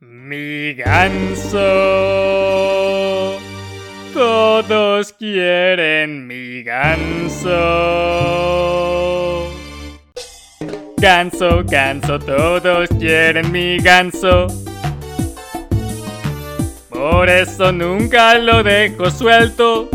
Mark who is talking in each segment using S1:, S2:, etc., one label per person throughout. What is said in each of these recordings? S1: Mi ganso. Todos quieren mi ganso. Ganso, ganso, todos quieren mi ganso. Por eso nunca lo dejo suelto.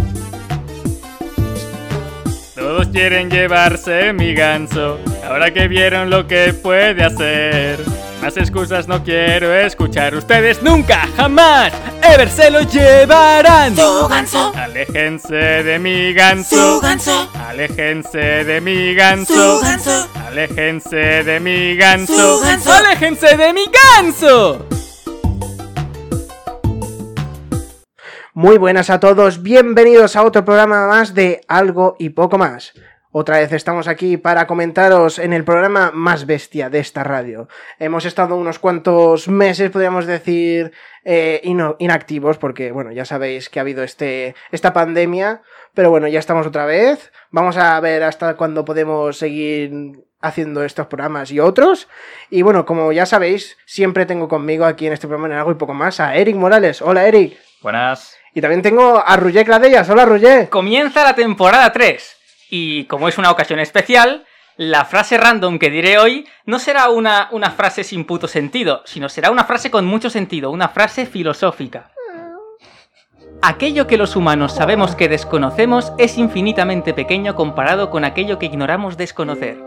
S1: Todos quieren llevarse mi ganso. Ahora que vieron lo que puede hacer. Más excusas no quiero escuchar. Ustedes nunca, jamás, ever se lo llevarán.
S2: Su ganso,
S1: Aléjense de mi
S2: su
S1: ganso.
S2: ganso,
S1: Aléjense de mi
S2: su
S1: ganso.
S2: ganso,
S1: Aléjense de mi
S2: Su
S1: ganso.
S2: ganso.
S1: Aléjense de mi ganso.
S3: Muy buenas a todos, bienvenidos a otro programa más de Algo y Poco Más. Otra vez estamos aquí para comentaros en el programa más bestia de esta radio. Hemos estado unos cuantos meses, podríamos decir, eh, ino- inactivos, porque, bueno, ya sabéis que ha habido este, esta pandemia, pero bueno, ya estamos otra vez. Vamos a ver hasta cuándo podemos seguir haciendo estos programas y otros. Y bueno, como ya sabéis, siempre tengo conmigo aquí en este programa en Algo y Poco Más a Eric Morales. Hola, Eric.
S4: Buenas.
S3: Y también tengo a Roger Cladellas. Hola, Roger.
S4: Comienza la temporada 3 y como es una ocasión especial, la frase random que diré hoy no será una, una frase sin puto sentido, sino será una frase con mucho sentido, una frase filosófica. Aquello que los humanos sabemos que desconocemos es infinitamente pequeño comparado con aquello que ignoramos desconocer.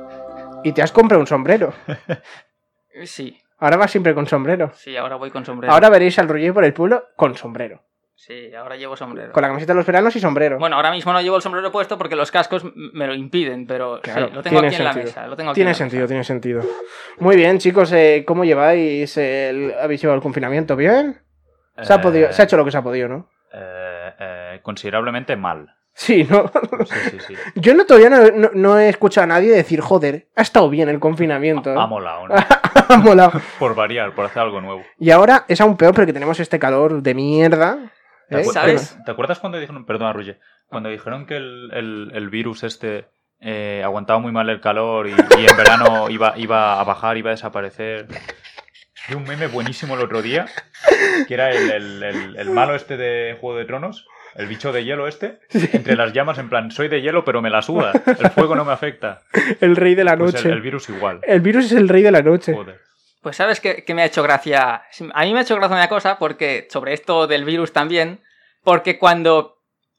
S3: Y te has comprado un sombrero.
S4: Eh, Sí,
S3: Ahora vas siempre con sombrero.
S4: sí, ahora voy con sombrero.
S3: Ahora veréis al Roger por el pueblo con sombrero.
S4: Sí, ahora llevo sombrero.
S3: Con la camiseta de los veranos y sombrero.
S4: Bueno, ahora mismo no llevo el sombrero puesto porque los cascos m- me lo impiden, pero sí,
S3: Claro,
S4: lo tengo
S3: tiene
S4: aquí en la
S3: sentido.
S4: mesa. Lo tengo aquí en
S3: tiene
S4: la mesa.
S3: sentido, tiene sentido. Muy bien, chicos, eh, ¿cómo lleváis el... ¿Habéis llevado el confinamiento bien? Se ha,
S5: Eh,
S3: podido... se ha hecho lo que se ha podido, ¿no?
S5: eh, eh, considerablemente mal.
S3: Sí, ¿no?
S5: Sí, sí, sí.
S3: Yo no, todavía no, no- no he escuchado a nadie decir, joder, ha estado bien el confinamiento. ¿eh".
S5: Ha molado, ¿no?
S3: ha molado.
S5: Por variar, por hacer algo nuevo.
S3: Y ahora es aún peor porque tenemos este calor de mierda.
S5: ¿Te
S3: ¿eh?
S5: acuer-
S4: ¿Sabes?
S5: ¿Te acuerdas cuando dijeron, perdona, Roger, cuando dijeron que el, el- el virus este eh, aguantaba muy mal el calor y, y en verano iba, iba a bajar, iba a desaparecer? Vi un meme buenísimo el otro día, que era el, el- el- el malo este de Juego de Tronos, el bicho de hielo este, entre las llamas, en plan, soy de hielo pero me la suda, el fuego no me afecta.
S3: El rey de la
S5: Pues
S3: noche.
S5: el, el virus igual.
S3: El virus es el rey de la noche.
S5: Joder.
S4: Pues sabes que, me ha hecho gracia. A mí me ha hecho gracia una cosa, porque sobre esto del virus también, porque cuando...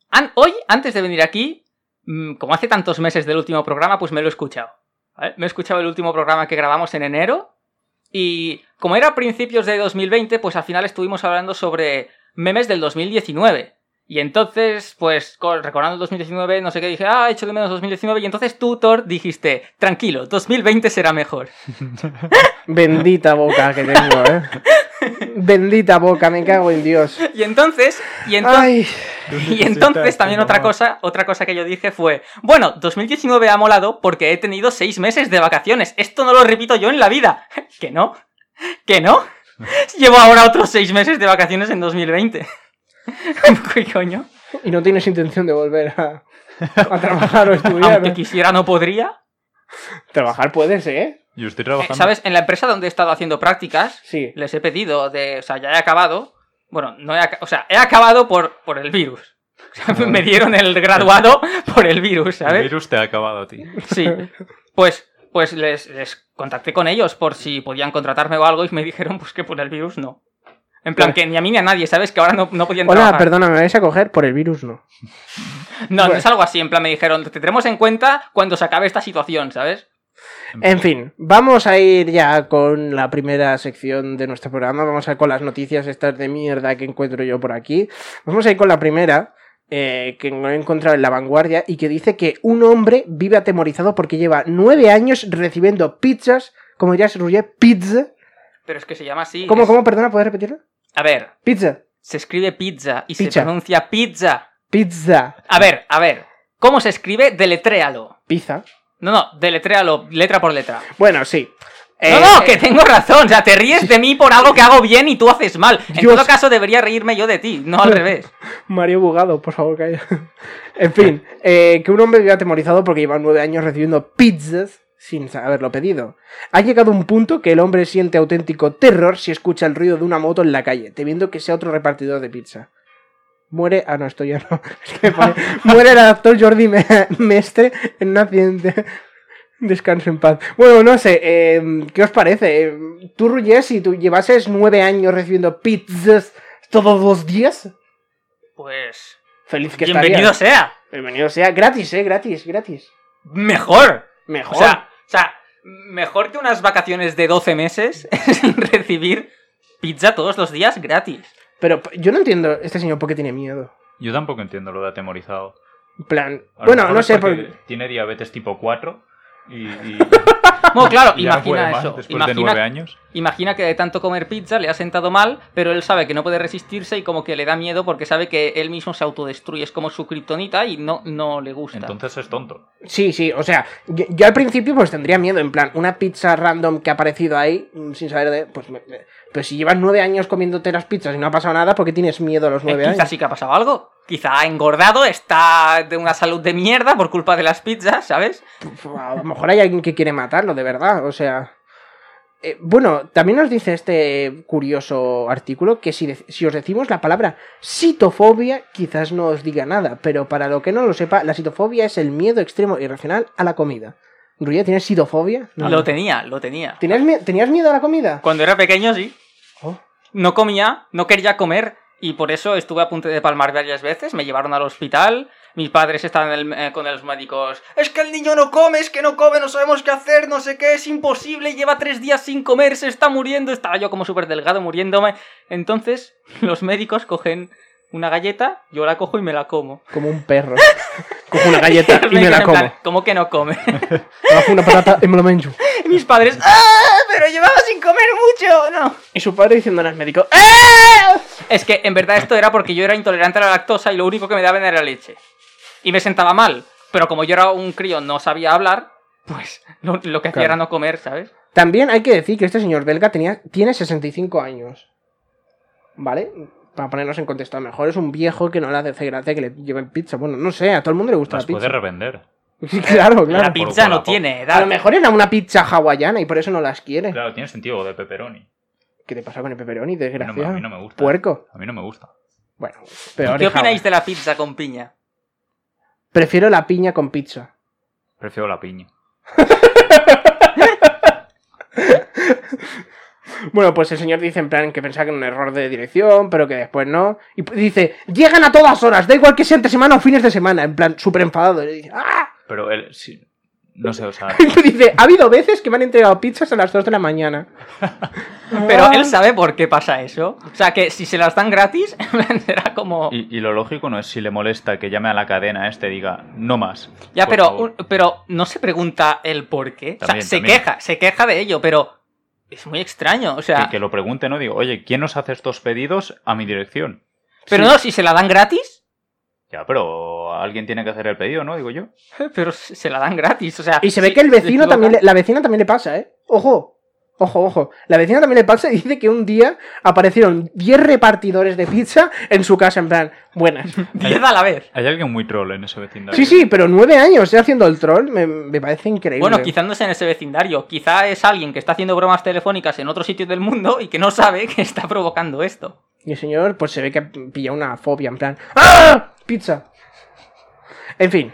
S4: an- hoy, antes de venir aquí, mm, como hace tantos meses del último programa, pues me lo he escuchado. ¿vale? Me he escuchado el último programa que grabamos en enero y como era a principios de 2020, pues al final estuvimos hablando sobre memes del 2019. Y entonces, pues co- recordando el 2019, no sé qué, dije, ah, hecho de menos 2019. Y entonces tú, Thor, dijiste, tranquilo, 2020 será mejor.
S3: Bendita boca que tengo, eh. Bendita boca, me cago en Dios.
S4: Y entonces, y entonces,
S3: Ay,
S4: Y
S5: este
S4: entonces también otra cosa, otra cosa que yo dije fue, bueno, 2019 ha molado porque he tenido seis meses de vacaciones. Esto no lo repito yo en la vida. ¿Que no? ¿Que no? Llevo ahora otros seis meses de vacaciones en 2020. ¿Qué coño?
S3: y no tienes intención de volver a, a trabajar o estudiar.
S4: Aunque
S3: ¿no?
S4: quisiera no podría.
S3: Trabajar puedes, ¿eh?
S5: Y estoy
S4: Eh,
S5: trabajando.
S4: ¿Sabes? En la empresa donde he estado haciendo prácticas,
S3: Sí.
S4: les he pedido de, o sea, ya he acabado. Bueno, no he, aca- o sea, he acabado por, por el virus. O sea, me dieron el graduado por el virus,
S5: El
S4: ¿sabes?
S5: virus te ha acabado a ti.
S4: Sí. Pues, pues les, les contacté con ellos por si podían contratarme o algo y me dijeron pues que por el virus no. En plan, que ni a mí ni a nadie, ¿sabes? Que ahora no, no podían
S3: Hola,
S4: trabajar.
S3: perdona, ¿me vais a coger? Por el virus no.
S4: No, no
S3: Bueno.
S4: es algo así. En plan, me dijeron, te tendremos en cuenta cuando se acabe esta situación, ¿sabes?
S3: En fin, vamos a ir ya con la primera sección de nuestro programa. Vamos a ir con las noticias estas de mierda que encuentro yo por aquí. Vamos a ir con la primera, eh, que no he encontrado en La Vanguardia, y que dice que un hombre vive atemorizado porque lleva nueve años recibiendo pizzas, como dirías, Roger, pizza.
S4: Pero es que se llama así.
S3: ¿Cómo,
S4: es-
S3: cómo, perdona, puedes repetirlo?
S4: A ver,
S3: Pizza,
S4: se escribe pizza y se
S3: Pizza.
S4: pronuncia pizza.
S3: pizza,
S4: A ver, a ver. ¿Cómo se escribe? Deletréalo.
S3: pizza.
S4: No, no, deletréalo letra por letra.
S3: Bueno, sí. Eh,
S4: no, no, que tengo razón. O sea, te ríes de mí por algo que hago bien y tú haces mal. En
S3: Dios.
S4: todo caso, debería reírme yo de ti, no al revés.
S3: Mario Bugado, por favor, calla. en fin, eh, que un hombre vive atemorizado porque lleva nueve años recibiendo pizzas sin haberlo pedido. Ha llegado un punto que el hombre siente auténtico terror si escucha el ruido de una moto en la calle, temiendo que sea otro repartidor de pizza. Muere. Ah, no, esto ya no. Es que pone- muere el actor Jordi Me- Mestre en un accidente. Descanso en paz. Bueno, no sé, eh, ¿qué os parece? Eh, ¿Tú, Ruggés, si tú llevases nueve años recibiendo pizzas todos los días?
S4: Pues.
S3: Feliz que
S4: Bienvenido
S3: estarías.
S4: sea.
S3: Bienvenido sea. Gratis, eh, gratis, gratis.
S4: Mejor.
S3: Mejor.
S4: O sea, o sea, mejor que unas vacaciones de 12 meses es recibir pizza todos los días gratis.
S3: Pero p- yo no entiendo este señor por qué tiene miedo.
S5: Yo tampoco entiendo lo de atemorizado.
S3: En plan,
S5: A lo
S3: bueno,
S5: mejor
S3: no
S5: es
S3: sé,
S5: porque
S3: por-
S5: Tiene diabetes tipo 4 y, y-
S4: Bueno, claro,
S5: y ya no puede
S4: imagina
S5: más
S4: eso.
S5: después de nueve
S4: Imagina,
S5: años.
S4: imagina que de tanto comer pizza le ha sentado mal, pero él sabe que no puede resistirse y como que le da miedo porque sabe que él mismo se autodestruye. Es como su kriptonita y no, no le gusta.
S5: Entonces es tonto.
S3: Sí, sí, o sea, yo, yo al principio pues tendría miedo, en plan, una pizza random que ha aparecido ahí, mm, sin saber de... Pues, me- me- pero si llevas nueve años comiéndote las pizzas y no ha pasado nada, ¿por qué tienes miedo a los
S4: Eh,
S3: nueve
S4: quizá
S3: años?
S4: sí que ha pasado algo. Quizá ha engordado, está de una salud de mierda por culpa de las pizzas, ¿sabes?
S3: Pf, A lo mejor hay alguien que quiere matarlo, de verdad, o sea... Eh, bueno, también nos dice este curioso artículo que si, dec- si os decimos la palabra citofobia, quizás no os diga nada, pero para lo que no lo sepa, la citofobia es el miedo extremo e irracional a la comida. Ruya, ¿tienes citofobia? No.
S4: Lo tenía, lo tenía.
S3: ¿Tenías mie- ¿Tenías miedo a la comida?
S4: Cuando era pequeño, sí.
S3: Oh.
S4: No comía, no quería comer y por eso estuve a punto de palmar varias veces. Me llevaron al hospital. Mis padres estaban en el- eh, con los médicos. Es que el niño no come, es que no come, no sabemos qué hacer, no sé qué, es imposible, lleva tres días sin comer, se está muriendo. Estaba yo como súper delgado muriéndome. Entonces los médicos cogen una galleta, yo la cojo y me la como.
S3: Como un perro. Cojo una galleta
S4: Los
S3: y me
S4: médicos
S3: la
S4: en
S3: como.
S4: plan, ¿Cómo que no come?
S3: Cojo una patata y me lo mencho.
S4: y mis padres, ¡ah! Pero llevaba sin comer mucho, no.
S3: Y su padre diciéndole al médico, ¡Eh!
S4: Es que en verdad esto era porque yo era intolerante a la lactosa y lo único que me daban era leche. Y me sentaba mal. Pero como yo era un crío, no sabía hablar, pues lo, lo que hacía
S3: Claro.
S4: era no comer, ¿sabes?
S3: También hay que decir que este señor belga tenía, tiene 65 años. ¿Vale? Para ponernos en contexto, a lo mejor es un viejo que no le hace gracia que le lleven pizza. Bueno, no sé, a todo el mundo le gusta
S5: Las
S3: la
S5: puede
S3: pizza.
S5: revender.
S3: Sí, claro,
S4: la
S3: claro.
S5: pi-
S4: pizza
S5: por la
S4: no
S5: po-
S4: tiene edad.
S3: A lo mejor era una pizza hawaiana y por eso no las quiere.
S5: Claro, tiene sentido o de pepperoni.
S3: ¿Qué te pasa con el pepperoni,
S5: A mí no me- a
S3: desgraciado?
S5: mí no me gusta.
S3: Puerco.
S5: A mí no me gusta.
S3: Bueno,
S4: ¿Y
S3: peor.
S4: ¿Qué
S3: es
S4: opináis
S3: hawai-
S4: de la pizza con piña?
S3: Prefiero la piña con pizza.
S5: Prefiero la piña.
S3: Bueno, pues el señor dice en plan que pensaba que era un error de dirección, pero que después no. Y p- dice, llegan a todas horas, da igual que sea entre semana o fines de semana. En plan, súper enfadado. Y dice, ¡ah!
S5: Pero él, sí, no sé, o sea,
S3: Y dice, ha habido veces que me han entregado pizzas a las 2 de la mañana.
S4: Pero él sabe por qué pasa eso. O sea, que si se las dan gratis, será como...
S5: Y, y lo lógico no es si le molesta que llame a la cadena este y diga, no más.
S4: Ya,
S5: por
S4: pero,
S5: favor".
S4: un- pero no se pregunta el por qué. o sea,
S5: También,
S4: se
S5: también.
S4: queja, se queja de ello, pero es muy extraño. O sea,
S5: Que, que lo pregunte, ¿no? Digo, oye, ¿quién nos hace estos pedidos a mi dirección?
S4: pero no, si se la dan gratis,
S5: Ya, pero alguien tiene que hacer el pedido, ¿no? Digo yo.
S4: Pero se se la dan gratis, o sea.
S3: Y se
S4: si
S3: ve que el vecino
S4: equivocan-
S3: también, le- la vecina también le pasa, ¿eh? Ojo, ojo, ojo. La vecina también le pasa y dice que un día aparecieron 10 repartidores de pizza en su casa, en plan, buenas.
S4: Diez a la vez.
S5: Hay alguien muy troll en ese vecindario.
S3: Sí, sí, pero nueve años ¿eh? haciendo el troll, me, me parece increíble.
S4: Bueno, quizás no es en ese vecindario, quizá es alguien que está haciendo bromas telefónicas en otro sitio del mundo y que no sabe que está provocando esto.
S3: Y el señor, pues se ve que pilla una fobia, en plan. ¡Ah! ¡Pizza! En fin.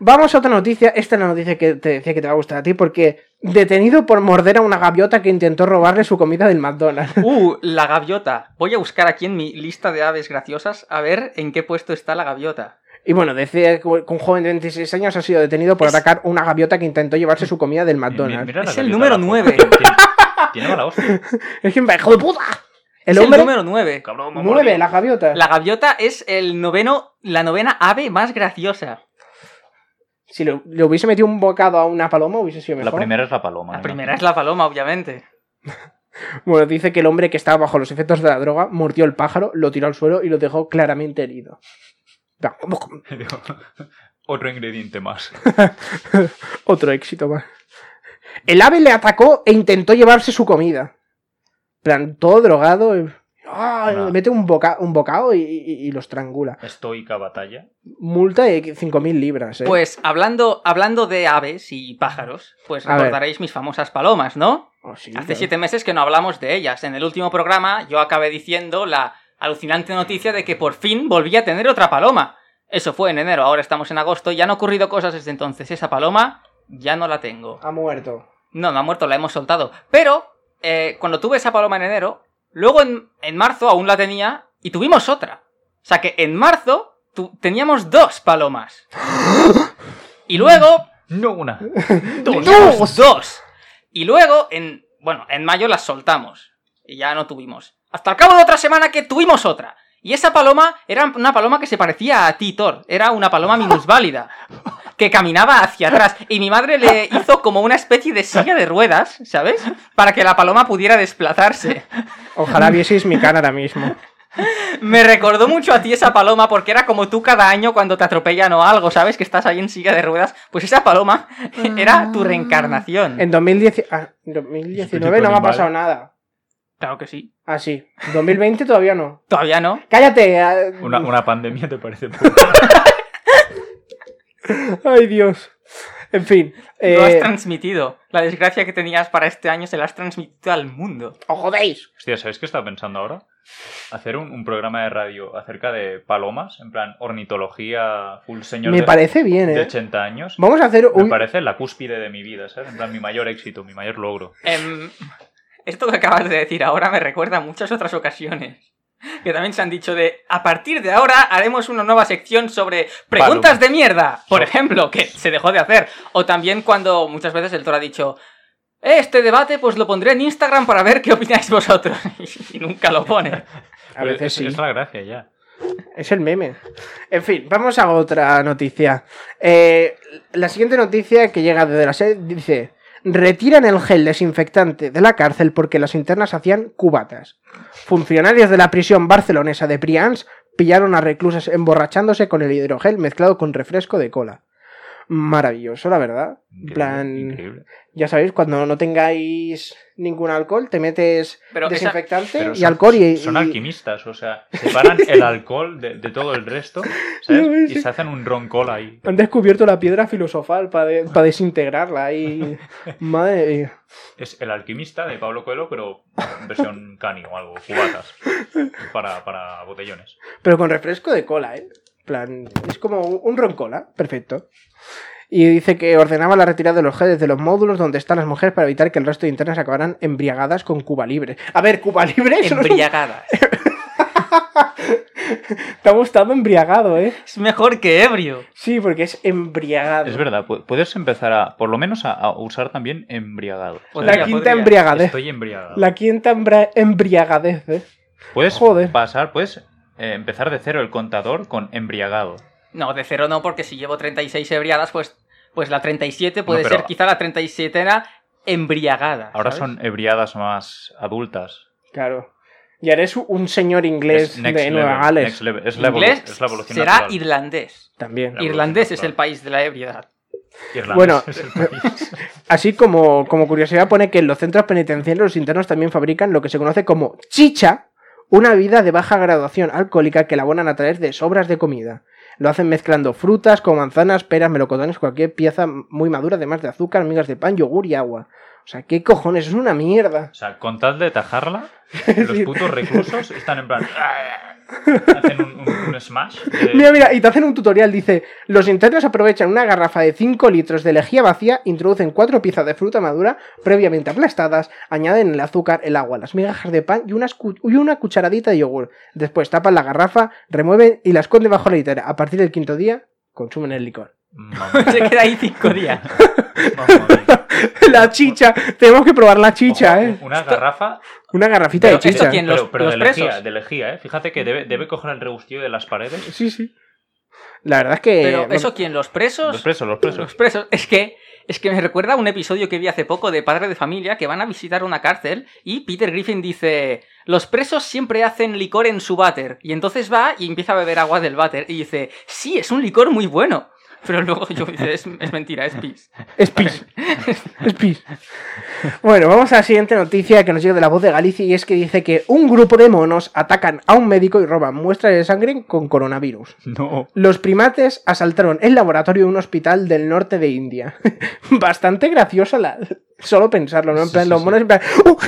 S3: Vamos a otra noticia. Esta es la noticia que te decía que te va a gustar a ti, porque detenido por morder a una gaviota que intentó robarle su comida del McDonald's.
S4: Uh, la gaviota. Voy a buscar aquí en mi lista de aves graciosas a ver en qué puesto está la gaviota.
S3: Y bueno, decía que un joven de 26 años ha sido detenido por
S4: Es-
S3: atacar una gaviota que intentó llevarse su comida del
S5: Mi- mi-
S3: McDonald's.
S5: mira la
S4: Es el número
S5: gaviota de la
S4: nueve.
S5: foto. Tiene- Tiene mala hostia.
S3: Es que, hijo de puta. El
S4: es
S3: hombre.
S4: el número 9.
S5: Cabrón, me ha
S3: Nueve,
S5: mordido.
S3: la gaviota.
S4: La gaviota es el noveno, la novena ave más graciosa.
S3: Si le, le hubiese metido un bocado a una paloma, hubiese sido
S5: La
S3: mejor.
S5: primera es la paloma.
S4: La
S5: me
S4: primera es
S5: imagino.
S4: la paloma, obviamente.
S3: Bueno, dice que el hombre que estaba bajo los efectos de la droga mordió el pájaro, lo tiró al suelo y lo dejó claramente herido. Va,
S5: Digo, Otro ingrediente más.
S3: Otro éxito más. El ave le atacó e intentó llevarse su comida. En plan, todo drogado. eh. ¡ah!
S5: Una-
S3: le mete un, boca, un bocado y, y- y lo estrangula.
S5: Estoica batalla.
S3: Multa de 5.000 libras, ¿eh?
S4: Pues hablando, hablando de aves y pájaros, pues
S3: A ver.
S4: recordaréis mis famosas palomas, ¿no?
S3: Oh, sí,
S4: Hace
S3: claro.
S4: siete meses que no hablamos de ellas. En el último programa yo acabé diciendo la alucinante noticia de que por fin volví a tener otra paloma. Eso fue en enero, ahora estamos en agosto y ya han ocurrido cosas desde entonces. Esa paloma ya no la tengo.
S3: Ha muerto.
S4: No, no ha muerto, la hemos soltado. Pero eh, cuando tuve esa paloma en enero, luego en, en marzo aún la tenía y tuvimos otra. O sea que en marzo tu- teníamos dos palomas. Y luego
S5: No una.
S4: teníamos dos. Y luego en bueno, en mayo las soltamos y ya no tuvimos. Hasta el cabo de otra semana que tuvimos otra. Y esa paloma era una paloma que se parecía a ti, Thor. Era una paloma minusválida. Que caminaba hacia atrás. Y mi madre le hizo como una especie de silla de ruedas, ¿sabes? Para que la paloma pudiera desplazarse.
S3: Ojalá vieseis mi cara ahora mismo.
S4: Me recordó mucho a ti esa paloma porque era como tú cada año cuando te atropellan o algo, ¿sabes? Que estás ahí en silla de ruedas. Pues esa paloma era tu reencarnación.
S3: En 2010 ah, 2019 no me ha
S5: animal.
S3: pasado nada.
S4: Claro que sí.
S3: Ah, sí. 2020 todavía no.
S4: Todavía no.
S3: ¡Cállate! ah,
S5: Una, una pandemia te parece.
S3: Ay, Dios. En fin.
S4: Lo has
S3: Eh,
S4: transmitido. La desgracia que tenías para este año se la has transmitido al mundo.
S3: ¡Os jodéis!
S5: Hostia, ¿sabéis qué estaba pensando ahora? Hacer un, un programa de radio acerca de palomas, en plan ornitología, full señor
S3: Me
S5: de,
S3: parece bien,
S5: de
S3: ¿eh?
S5: 80 años.
S3: Vamos a hacer
S5: Me
S3: un...
S5: parece la cúspide de mi vida, ¿sabes? En plan, mi mayor éxito, mi mayor logro.
S4: Em, esto que acabas de decir ahora me recuerda a muchas otras ocasiones. Que también se han dicho de, a partir de ahora haremos una nueva sección sobre preguntas
S5: Paloma.
S4: de mierda, por ejemplo, que se dejó de hacer. O también cuando muchas veces el Thor ha dicho, "Eh, este debate pues lo pondré en Instagram para ver qué opináis vosotros. y nunca lo pone.
S3: A
S5: Pero
S3: veces
S5: es,
S3: sí.
S5: es la gracia ya.
S3: Es el meme. En fin, vamos a otra noticia. Eh, la siguiente noticia que llega desde la sede dice: Retiran el gel desinfectante de la cárcel porque las internas hacían cubatas. Funcionarios de la prisión barcelonesa de Prians pillaron a reclusas emborrachándose con el hidrogel mezclado con refresco de cola. Maravilloso, la verdad. En
S5: Increíble,
S3: plan,
S5: increíble.
S3: ya sabéis, cuando no tengáis ningún alcohol, te metes
S4: Pero esa-
S3: desinfectante
S5: Pero
S3: y
S5: son-
S3: alcohol y,
S5: Son
S3: y-
S5: alquimistas, o sea, separan el alcohol de, de todo el resto,
S3: Ya
S5: ¿sabes?
S3: ves.
S5: Y se hacen un roncol ahí.
S3: Han descubierto la piedra filosofal para desintegrarla y... Madre mía.
S5: Es el alquimista de Pablo Coelho, pero versión cani o algo, cubatas, para, para botellones.
S3: Pero con refresco de cola, ¿eh? En plan, es como un un roncola, perfecto. Y dice que ordenaba la retirada de los geles de los módulos donde están las mujeres para evitar que el resto de internas acabaran embriagadas con Cuba Libre. A ver, Cuba Libre eso no es un-
S4: Embriagadas.
S3: te ha gustado embriagado, ¿eh?
S4: es mejor que ebrio.
S3: Sí, porque es embriagado.
S5: Es verdad, pu- puedes empezar a, por lo menos, a, a usar también embriagado.
S3: La
S5: ¿sabes?
S4: Podría,
S3: quinta
S4: podría.
S3: embriagadez.
S5: Estoy embriagado.
S3: La quinta embra- embriagadez, ¿eh?
S5: Puedes
S3: Joder.
S5: pasar, puedes eh, empezar de cero el contador con embriagado.
S4: No, de cero no, porque si llevo 36 ebriadas, pues, pues la 37 puede
S5: pero-
S4: ser quizá la 37 era embriagada.
S5: Ahora
S4: ¿sabes?
S5: son ebriadas más adultas.
S3: Claro. Y eres un señor inglés
S5: Es
S3: de
S5: next
S3: Nueva
S5: level,
S3: Gales.
S5: next level. Es la, evolu-
S4: Inglés
S5: es la evolución
S4: será
S5: natural.
S4: irlandés.
S3: También.
S5: La evolución
S4: Irlandés es
S5: natural.
S4: el país de la ebriedad.
S5: Irlandés
S3: Bueno.
S5: es el país.
S3: Así como, como curiosidad pone que en los centros penitenciarios los internos también fabrican lo que se conoce como chicha, una bebida de baja graduación alcohólica que elaboran a través de sobras de comida. Lo hacen mezclando frutas con manzanas, peras, melocotones, cualquier pieza muy madura, además de azúcar, migas de pan, yogur y agua. O sea, ¿qué cojones? Es una mierda.
S5: O sea, con tal de tajarla, los putos reclusos están en plan. Hacen un, un- un smash. de-
S3: Mira, mira, y te hacen un tutorial, dice, los internos aprovechan una garrafa de 5 litros de lejía vacía, introducen cuatro piezas de fruta madura previamente aplastadas, añaden el azúcar, el agua, las migajas de pan y, unas cu- y una cucharadita de yogur. Después tapan la garrafa, remueven y la esconden bajo la litera. A partir del quinto día, consumen el licor.
S5: Mamma
S4: Se queda ahí cinco días.
S5: mamma mia.
S3: la chicha, tenemos que probar la chicha,
S5: Ojo,
S3: ¿eh?
S5: Una garrafa.
S3: Una garrafita de
S4: Pero esto
S3: chicha.
S4: quién- los-
S5: pero pero
S4: los
S5: de lejía,
S4: presos.
S5: de lejía, ¿eh? Fíjate que debe, debe coger el regustillo de las paredes.
S3: Sí, sí. La verdad es que...
S4: Pero eso quién, los presos.
S5: Los presos, los presos.
S4: Los presos. Es que. Es que me recuerda a un episodio que vi hace poco de Padre de Familia que van a visitar una cárcel y Peter Griffin dice: Los presos siempre hacen licor en su váter. Y entonces va y empieza a beber agua del váter y dice: Sí, es un licor muy bueno. Pero luego yo dije, es, es mentira, es pis.
S3: Es pis. Es pis. Bueno, vamos a la siguiente noticia que nos llega de la voz de Galicia y es que dice que un grupo de monos atacan a un médico y roban muestras de sangre con coronavirus.
S5: No.
S3: Los primates asaltaron el laboratorio de un hospital del norte de India. Bastante graciosa la... Solo pensarlo, ¿no? En
S5: Sí,
S3: plan,
S5: sí,
S3: los
S5: sí.
S3: monos en plan... ¡uh!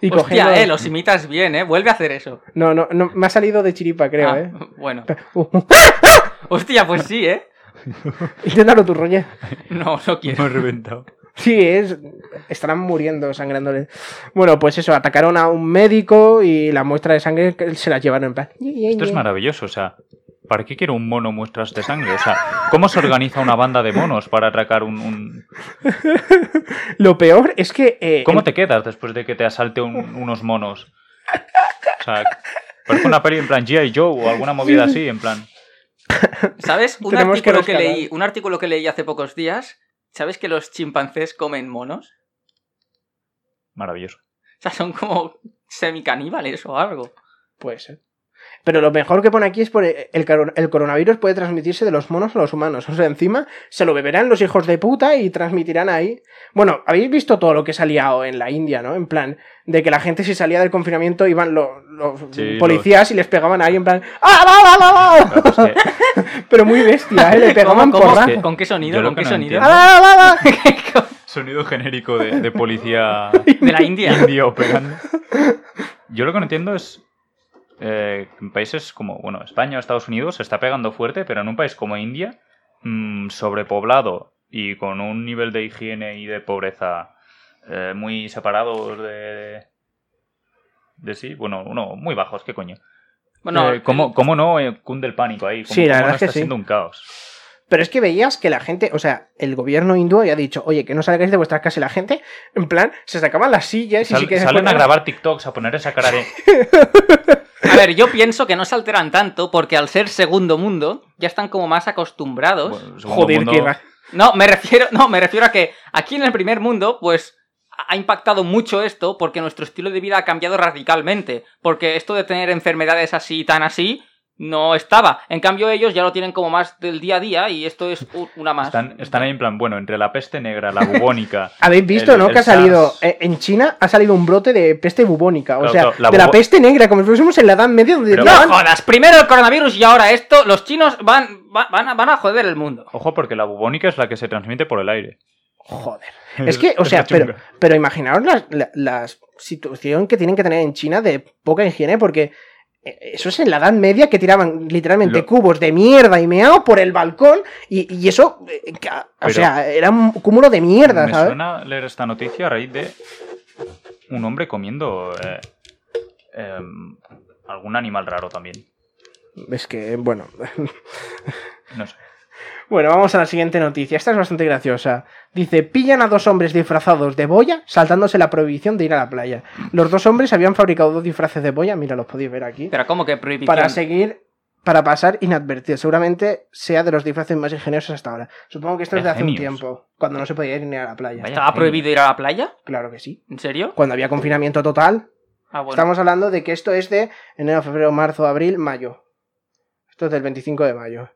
S3: Y cogiendo...
S4: Hostia, eh, los imitas bien, eh. Vuelve a hacer eso.
S3: No, no, no, me ha salido de chiripa, creo,
S4: Ah,
S3: ¿eh? "Uh,
S4: Bueno. Hostia, pues sí, eh.
S3: Inténtalo tú, Roger.
S4: No, no quiero.
S5: Me he reventado.
S3: Sí, es. Estarán muriendo, sangrándole. Bueno, pues eso, atacaron a un médico y la muestra de sangre que se la llevaron en plan.
S5: Esto es maravilloso, o sea. ¿Para qué quiero un mono muestras de sangre? O sea, ¿cómo se organiza una banda de monos para atracar un... un-
S3: Lo peor es que. eh,
S5: ¿Cómo
S3: el-
S5: te quedas después de que te asalte un- unos monos? O sea, parece una peli en plan G.I. Joe o alguna movida así, en plan...
S4: ¿Sabes? Un
S3: Tenemos que
S4: artículo que,
S3: rescatar.
S4: leí, un artículo que leí hace pocos días. ¿Sabes que los chimpancés comen monos?
S5: Maravilloso.
S4: O sea, son como semicaníbales o algo.
S3: Puede ser. Pero lo mejor que pone aquí es por eh, el, el caro- el coronavirus puede transmitirse de los monos a los humanos. O sea, encima se lo beberán los hijos de puta y transmitirán ahí. Bueno, habéis visto todo lo que se ha liado en la India, ¿no? En plan, de que la gente si salía del confinamiento iban lo- los
S5: Sí,
S3: policías y les pegaban ahí en plan. ¡Ah, va, va, va, va!
S5: Claro, es que-
S3: Pero muy bestia, ¿eh? Le pegaban
S4: ¿Cómo, cómo?
S3: porrazo.
S5: Es que
S4: ¿Con qué
S5: yo
S4: sonido?
S5: lo
S4: ¿Con
S5: que
S4: qué
S5: no
S4: sonido?
S5: entiendo-
S3: ¡Ah, va, va, va!
S5: Sonido genérico de, de policía
S4: De la India.
S5: indio pegando. Yo lo que no entiendo es. eh, en países como, bueno, España o Estados Unidos se está pegando fuerte, pero en un país como India, mm, sobrepoblado y con un nivel de higiene y de pobreza eh, muy separados de. de sí, bueno, no, muy bajos, qué coño.
S4: Bueno,
S5: Eh, ¿cómo, ¿Cómo no eh, cunde el pánico ahí? ¿Cómo,
S3: Sí, la
S5: cómo
S3: verdad
S5: no
S3: es que
S5: está
S3: sí.
S5: siendo un caos?
S3: Pero es que veías que la gente, o sea, el gobierno hindú había dicho, oye, que no salgáis de vuestras casas y la gente, en plan, se sacaban las sillas y
S5: Sal-
S3: sí que se
S5: salen a
S3: ponían-
S5: grabar TikToks, a poner esa cara de.
S4: A ver, yo pienso que no se alteran tanto porque al ser segundo mundo ya están como más acostumbrados.
S5: Bueno, segundo
S3: Joder,
S5: mundo-
S3: qué ra-
S4: No, me refiero, no, me refiero a que aquí en el primer mundo, pues ha impactado mucho esto porque nuestro estilo de vida ha cambiado radicalmente, porque esto de tener enfermedades así tan así no estaba. En cambio ellos ya lo tienen como más del día a día y esto es u- una más.
S5: Están, están ahí en plan, bueno, entre la peste negra, la bubónica.
S3: Habéis visto,
S5: el-
S3: ¿no?
S5: el
S3: que ha salido,
S5: SARS.
S3: eh, en China ha salido un brote de peste bubónica, o
S5: Claro,
S3: sea,
S5: claro, la
S3: de la
S5: bubo-
S3: peste negra, como si fuésemos en la Edad Media donde
S5: Pero-
S4: No
S3: tiraban-
S4: jodas, primero el coronavirus y ahora esto, los chinos van, va- van, a, van a joder el mundo.
S5: Ojo, porque la bubónica es la que se transmite por el aire.
S3: Joder. Es que, o sea,
S5: la chunga.
S3: pero, pero imaginaos la, la- la situación que tienen que tener en China de poca higiene, porque eh, eso es en la Edad Media que tiraban literalmente
S5: Lo-
S3: cubos de mierda y meao por el balcón, y, y eso, eh, que- o
S5: Pero-
S3: sea, era un cúmulo de mierda,
S5: Me
S3: ¿sabes?
S5: suena leer esta noticia a raíz de un hombre comiendo eh, em, algún animal raro también.
S3: Es que, bueno.
S5: No sé.
S3: bueno, vamos a la siguiente noticia. Esta es bastante graciosa. Dice: pillan a dos hombres disfrazados de boya saltándose la prohibición de ir a la playa. Los dos hombres habían fabricado dos disfraces de boya, mira, los podéis ver aquí.
S4: Pero ¿cómo que prohibición?
S3: para seguir, para pasar inadvertido. Seguramente sea de los disfraces más ingeniosos hasta ahora. Supongo que esto es de hace un
S5: Genios.
S3: tiempo, cuando no se podía ir ni a la playa.
S5: Vaya.
S4: ¿Estaba prohibido ir a la playa?
S3: Claro que sí.
S4: ¿En serio?
S3: Cuando había confinamiento total.
S4: Ah, bueno.
S3: Estamos hablando de que esto es de enero, febrero, marzo, abril, mayo. Esto es del 25 de mayo.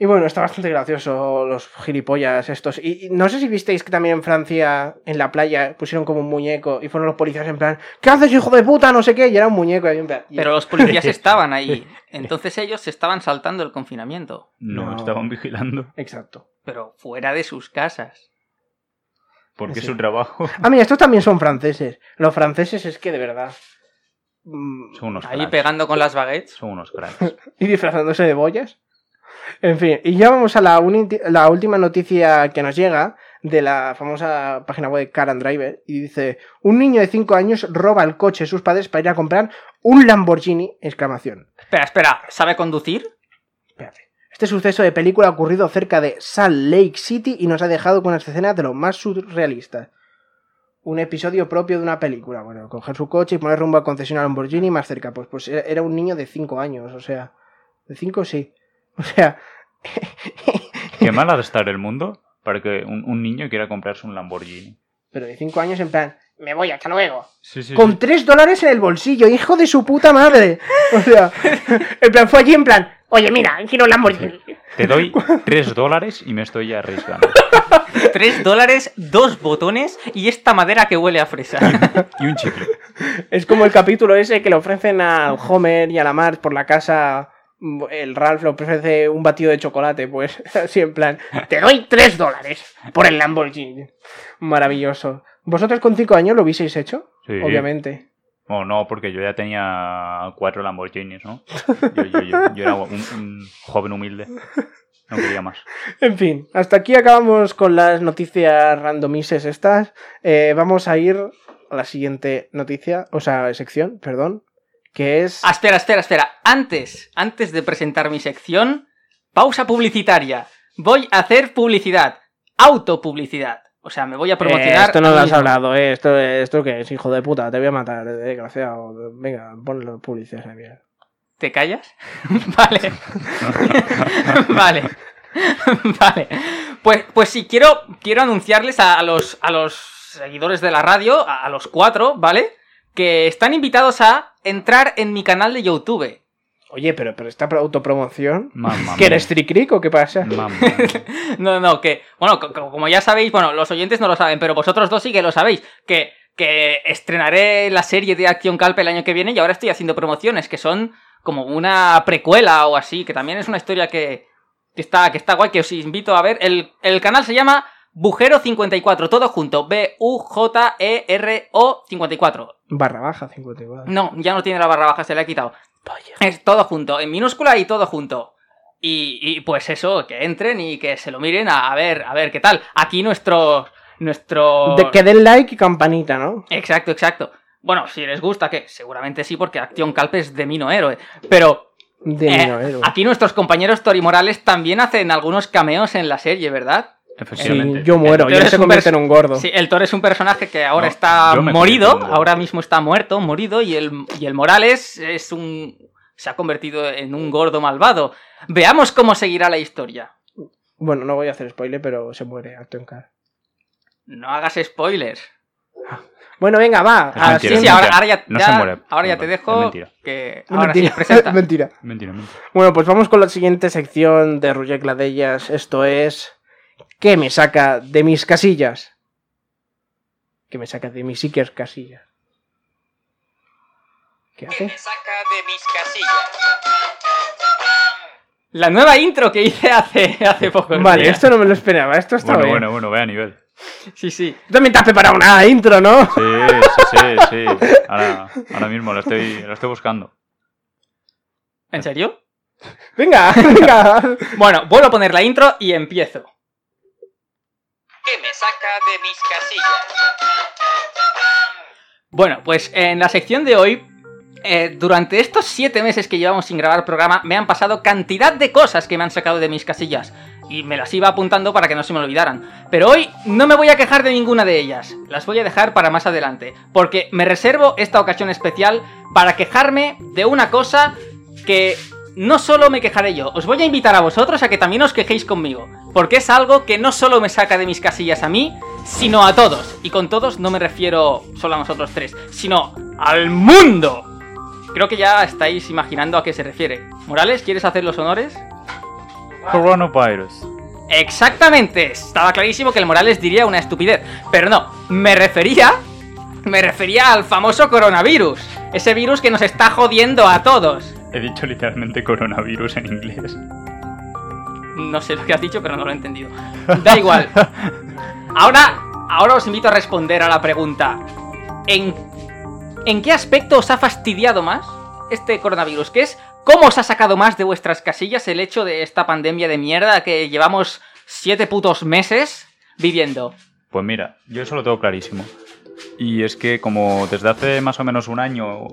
S3: Y bueno, está bastante gracioso los gilipollas estos. Y, y no sé si visteis que también en Francia, en la playa, pusieron como un muñeco y fueron los policías en plan, ¿qué haces, hijo de puta? No sé qué. Y era un muñeco. y en plan- y-
S4: Pero los policías estaban ahí. Entonces ellos se estaban saltando el confinamiento.
S5: No,
S3: No.
S5: estaban vigilando
S3: Exacto.
S4: Pero fuera de sus casas.
S5: porque
S3: Sí.
S5: es su trabajo.
S3: Ah, mira, estos también son franceses. Los franceses es que de verdad. Mm,
S5: Son unos
S4: Ahí
S5: cracks.
S4: pegando con las baguettes.
S5: Son unos cracks.
S3: Y disfrazándose de boyas. En fin, y ya vamos a la, uni- la última noticia que nos llega de la famosa página web Car and Driver. Y dice: Un niño de 5 años roba el coche de sus padres para ir a comprar un Lamborghini. Exclamación.
S4: Espera, espera, ¿sabe conducir?
S3: Espérate. Este suceso de película ha ocurrido cerca de Salt Lake City y nos ha dejado con unas escenas de lo más surrealistas. Un episodio propio de una película. Bueno, coger su coche y poner rumbo a concesionar Lamborghini más cerca. Pues, pues era era un niño de 5 años, o sea. De 5 sí. O sea.
S5: Qué mal ha de estar el mundo para que un, un niño quiera comprarse un Lamborghini.
S3: Pero de 5 años en plan. Me voy, hasta luego.
S5: Sí, sí.
S3: Con 3 dólares en el bolsillo, hijo de su puta madre. O sea. En plan, fue allí en plan.
S2: Oye, mira, quiero un Lamborghini.
S5: Te doy 3 dólares y me estoy ya arriesgando.
S4: 3 dólares, dos botones y esta madera que huele a fresa.
S5: Y un chicle.
S3: Es como el capítulo ese que le ofrecen a Homer y a la Marge por la casa. El Ralph le ofrece un batido de chocolate, pues así en plan.
S2: Te doy 3 dólares por el Lamborghini.
S3: Maravilloso. ¿Vosotros con 5 años lo hubieseis hecho?
S5: Sí.
S3: Obviamente.
S5: Bueno, no, porque yo ya tenía cuatro Lamborghinis, ¿no? Yo, yo- yo- yo era un, un joven humilde. No quería más.
S3: En fin, hasta aquí acabamos con las noticias randomises estas. Eh, vamos a ir a la siguiente noticia, o sea, sección, perdón, que es...
S4: Ah, espera, espera, espera. Antes, antes de presentar mi sección, pausa publicitaria. Voy a hacer publicidad. Autopublicidad. O sea, me voy a promocionar.
S3: Eh, esto no
S4: a mí
S3: lo has
S4: mismo.
S3: hablado, eh. Esto, esto que es, hijo de puta, te voy a matar, eh, desgraciado. Venga, ponlo publicidad. esa mierda.
S4: ¿Te callas? vale. vale. vale. Pues, pues sí, quiero, quiero anunciarles a, a los, a los seguidores de la radio, a, a los cuatro, ¿vale? Que están invitados a entrar en mi canal de YouTube.
S3: Oye, pero, pero esta pro- autopromoción...
S5: Mamma
S3: ¿Que
S5: mía.
S3: eres tricric o qué pasa?
S5: Mamma mía.
S4: No, no, que, bueno, co- co- como ya sabéis, bueno, los oyentes no lo saben, pero vosotros dos sí que lo sabéis, que, que estrenaré la serie de Acción Calpe el año que viene y ahora estoy haciendo promociones que son como una precuela o así, que también es una historia que, que está, que está guay, que os invito a ver. El, el canal se llama Bujero54, todo junto, E B-U-J-E-R-O 54.
S3: Barra baja 54.
S4: No, ya no tiene la barra baja, se la he quitado. Es todo junto, en minúscula y todo junto. Y, y, pues eso, que entren y que se lo miren a, a ver, a ver qué tal. Aquí nuestro. Nuestro.
S3: De que den like y campanita, ¿no?
S4: Exacto, exacto. Bueno, si les gusta, que seguramente sí, porque Acción Calpe es de Mino Héroe. Pero
S3: De
S4: eh,
S3: niño héroe.
S4: aquí nuestros compañeros Tori Morales también hacen algunos cameos en la serie, ¿verdad?
S5: Efectivamente.
S3: Sí, yo muero,
S4: Eh, Tú
S3: y él
S4: eres
S3: se
S4: un
S3: convierte
S4: pers-
S3: en un gordo.
S4: Sí, el Thor es un personaje que ahora
S5: No,
S4: está
S5: yo me
S4: morido,
S5: convierto en un
S4: ahora
S5: gordo.
S4: mismo está muerto, morido, y el, y el Morales es un. se ha convertido en un gordo malvado. Veamos cómo seguirá la historia.
S3: Bueno, no voy a hacer spoiler, pero se muere Acton Car.
S4: No hagas spoilers. Ah,
S3: Bueno, venga, va.
S5: Es
S3: así-
S5: mentira,
S4: sí, sí,
S5: es
S4: ahora,
S5: mentira.
S4: ahora ya,
S5: No
S4: ya-
S5: se muere.
S4: ahora ya
S5: No,
S4: te
S5: es
S4: dejo
S5: mentira.
S4: que
S3: Es
S4: ahora sí
S3: mentira.
S4: presenta.
S3: mentira.
S5: Mentira, mentira.
S3: Bueno, pues vamos con la siguiente sección de Roger Gladellas. Esto es. ¿Qué me saca de mis casillas? ¿Qué me saca de mis Iker casillas? ¿Qué
S6: que
S3: hace?
S6: me saca de mis casillas.
S4: La nueva intro que hice hace, hace poco.
S3: Vale, esto no me lo esperaba. Esto está
S5: Pues Bueno,
S3: bien.
S5: bueno, bueno, ve a nivel.
S4: Sí, sí.
S3: Tú también te has preparado una intro, ¿no?
S5: Sí, sí, sí, sí. Ahora, ahora mismo lo estoy, lo estoy buscando.
S4: ¿En serio?
S3: Venga, venga.
S4: Bueno, vuelvo a poner la intro y empiezo.
S6: que me saca de mis casillas.
S4: Bueno, pues en la sección de hoy, eh, durante estos siete meses que llevamos sin grabar programa, me han pasado cantidad de cosas que me han sacado de mis casillas. Y me las iba apuntando para que no se me olvidaran. Pero hoy no me voy a quejar de ninguna de ellas. Las voy a dejar para más adelante. Porque me reservo esta ocasión especial para quejarme de una cosa que no solo me quejaré yo. Os voy a invitar a vosotros a que también os quejéis conmigo. Porque es algo que no solo me saca de mis casillas a mí, sino a todos. Y con todos no me refiero solo a nosotros tres, sino al mundo. Creo que ya estáis imaginando a qué se refiere. Morales, ¿quieres hacer los honores?
S5: Coronavirus.
S4: Exactamente, estaba clarísimo que el Morales diría una estupidez, pero no, me refería me refería al famoso coronavirus, ese virus que nos está jodiendo a todos.
S5: He dicho literalmente coronavirus en inglés.
S4: No sé lo que has dicho, pero no lo he entendido. Da igual. Ahora, ahora os invito a responder a la pregunta. ¿En, ¿En qué aspecto os ha fastidiado más este coronavirus? ¿Qué es? ¿Cómo os ha sacado más de vuestras casillas el hecho de esta pandemia de mierda que llevamos siete putos meses viviendo?
S5: Pues mira, yo eso lo tengo clarísimo. Y es que como desde hace más o menos un año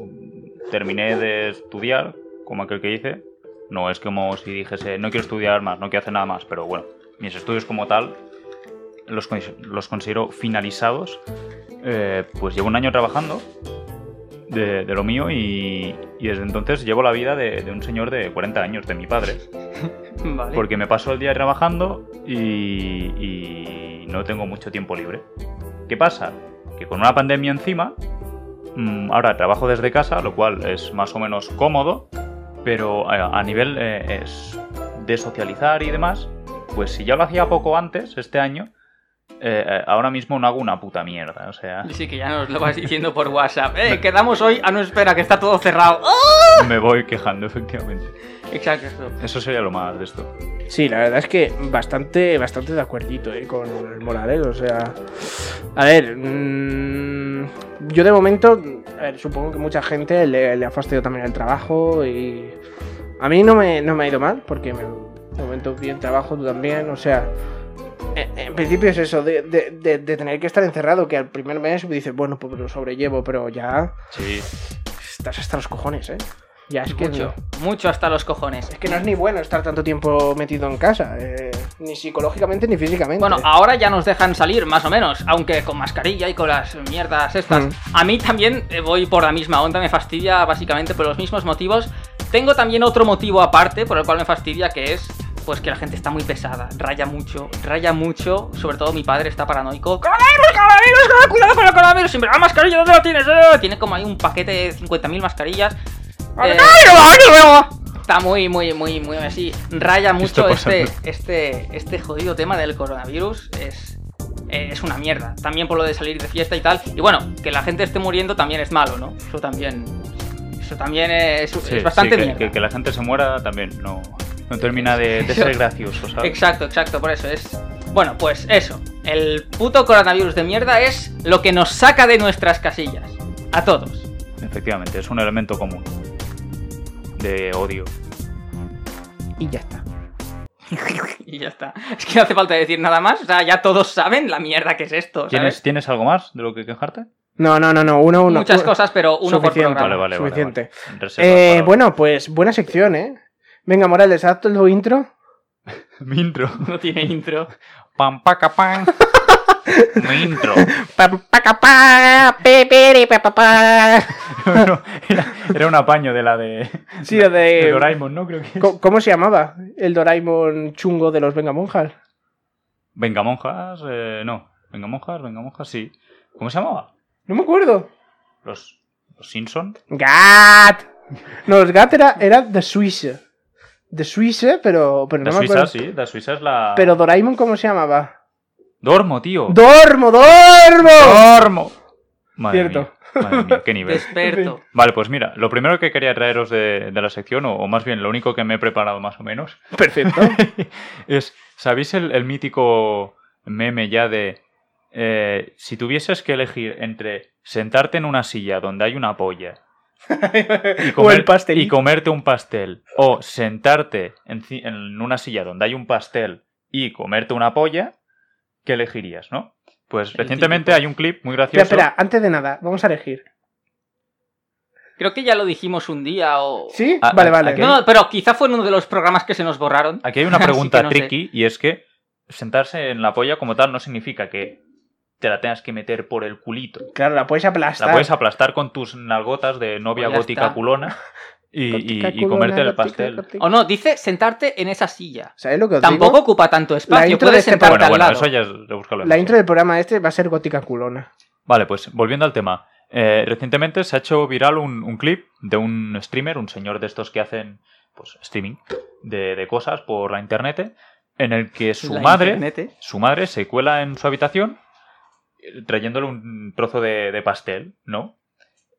S5: terminé de estudiar, como aquel que hice, no es como si dijese, no quiero estudiar más, no quiero hacer nada más, pero bueno, mis estudios como tal los, con- los considero finalizados. Eh, pues llevo un año trabajando de, de lo mío y, y desde entonces llevo la vida de, de un señor de 40 años, de mi padre.
S4: Vale.
S5: Porque me paso el día trabajando y, y no tengo mucho tiempo libre. ¿Qué pasa? Que con una pandemia encima, mm, ahora trabajo desde casa, lo cual es más o menos cómodo, Pero a, a nivel eh, es de socializar y demás, pues si ya lo hacía poco antes, este año, eh, eh, ahora mismo no hago una puta mierda. O sea,
S4: Y sí que ya nos lo vas diciendo por WhatsApp. Eh, quedamos hoy. Ah, no, espera, que está todo cerrado.
S3: ¡Oh!
S4: ¡Ah!
S5: me voy quejando, efectivamente.
S4: Exacto.
S5: Eso sería lo más de esto.
S3: Sí, la verdad es que bastante, bastante de acuerdito eh, con el Morales. O sea, a ver, mm, yo de momento, a ver, supongo que mucha gente le, le ha fastidiado también el trabajo y a mí no me, no me ha ido mal porque me, de momento bien trabajo, tú también. O sea, eh, en principio es eso, de, de- de- de tener que estar encerrado, que al primer mes dices, bueno, pues lo sobrellevo, pero ya
S5: Sí.
S3: estás hasta los cojones, ¿eh? Ya es que...
S4: Mucho, mucho hasta los cojones.
S3: Es que no es ni bueno estar tanto tiempo metido en casa, eh, ni psicológicamente ni físicamente.
S4: Bueno, ah. ahora ya nos dejan salir, más o menos, aunque con mascarilla y con las mierdas estas.
S3: Mm.
S4: A mí también eh, voy por la misma onda, me fastidia básicamente por los mismos motivos. Tengo también otro motivo aparte por el cual me fastidia, que es pues que la gente está muy pesada, raya mucho, raya mucho, sobre todo mi padre está paranoico. ¡Coronavirus, coronavirus, cuidado con el coronavirus! Siempre, la mascarilla, ¿dónde la tienes? Eh, Tiene como ahí un paquete de 50.000 mascarillas. Eh, Está muy, muy, muy, muy así. Raya mucho
S5: está
S4: este,
S5: pasando?
S4: este, este jodido tema del coronavirus. Es, eh, es una mierda. También por lo de salir de fiesta y tal. Y bueno, que la gente esté muriendo también es malo, ¿no? Eso también. Eso también es, es
S5: Sí,
S4: bastante
S5: sí, que-
S4: mierda.
S5: que, que la gente se muera también no, no termina de, de ser gracioso, ¿sabes?
S4: Exacto, exacto, por eso es. Bueno, pues eso. El puto coronavirus de mierda es lo que nos saca de nuestras casillas. A todos.
S5: Efectivamente, es un elemento común de odio.
S3: y ya está.
S4: Y ya está. Es que no hace falta decir nada más. O sea, ya todos saben la mierda que es esto. ¿sabes?
S5: ¿Tienes, ¿Tienes algo más de lo que quejarte?
S3: No, no, no, no, uno, uno.
S4: Muchas
S3: uno.
S4: cosas, pero uno
S3: Suficiente.
S4: por programa.
S5: Vale, vale, vale,
S3: Suficiente.
S5: vale. Reservas
S3: Eh,
S5: para-
S3: bueno, pues buena sección, ¿eh? Venga, Morales, haz tu intro.
S5: Mi intro.
S4: No tiene intro.
S5: Pam, paca, pam. Mi intro. No, era, era un apaño de la de,
S3: Sí, la
S5: de
S3: de...
S5: Doraemon, ¿no? Creo que es.
S3: Co- Eh, ¿Cómo se llamaba? El Doraemon chungo de los Vengamonjas.
S5: Venga, monjas. eh, no. Venga, monjas, venga, monjas, sí. ¿Cómo se llamaba?
S3: No me acuerdo.
S5: Los, los Simpson.
S3: Gat. No, los Gat era, era The Suisse. The Suisse, pero, pero
S5: La
S3: no me
S5: Suiza,
S3: acuerdo.
S5: sí. La Suiza es la.
S3: Pero Doraemon, ¿cómo se llamaba?
S5: Dormo, tío.
S3: ¡Dormo, dormo!
S5: Dormo. Madre
S3: Cierto.
S5: mía, madre mía, qué nivel.
S4: Desperto.
S5: Vale, pues mira, lo primero que quería traeros de, de la sección, o, o más bien lo único que me he preparado más o menos,
S3: Perfecto.
S5: es, ¿sabéis el, el mítico meme ya de... eh, si tuvieses que elegir entre sentarte en una silla donde hay una polla y,
S3: o el pastelito.
S5: y comerte un pastel, o sentarte en, ci- en una silla donde hay un pastel y comerte una polla, ¿qué elegirías, no? Pues
S4: El
S5: recientemente
S4: típico.
S5: hay un clip muy gracioso.
S3: Espera, espera, antes de nada, vamos a elegir.
S4: Creo que ya lo dijimos un día o.
S3: ¿Sí?
S5: Ah, A-
S3: vale,
S5: a-
S3: vale.
S5: aquí-
S4: No, no, pero quizá fue en uno de los programas que se nos borraron.
S5: Aquí hay una
S4: Así
S5: pregunta
S4: que no sé.
S5: tricky y es que sentarse en la polla como tal no significa que te la tengas que meter por el culito.
S3: Claro, la puedes aplastar.
S5: La puedes aplastar con tus nalgotas de novia
S4: Pues ya
S5: gótica
S4: está.
S5: culona y,
S3: Gotica,
S5: y- y
S3: culona,
S5: comerte el
S3: gotica,
S5: pastel.
S3: gotica.
S4: O no, dice sentarte en esa silla.
S3: ¿Sabes lo que os
S4: Tampoco
S3: digo?
S4: ocupa tanto
S3: La
S4: espacio,
S3: intro de
S4: puedes
S3: este
S4: sentarte
S5: Bueno,
S4: al
S5: bueno,
S4: lado.
S5: eso ya es rebuscarlo
S3: La
S5: demasiado.
S3: intro del programa este va a ser gótica culona.
S5: Vale, pues volviendo al tema. Eh, recientemente se ha hecho viral un, un clip de un streamer, un señor de estos que hacen pues streaming de, de cosas por la internet, en el que su
S4: La
S5: madre...
S4: internet, ¿eh?
S5: su madre se cuela en su habitación eh, trayéndole un trozo de, de pastel, ¿no?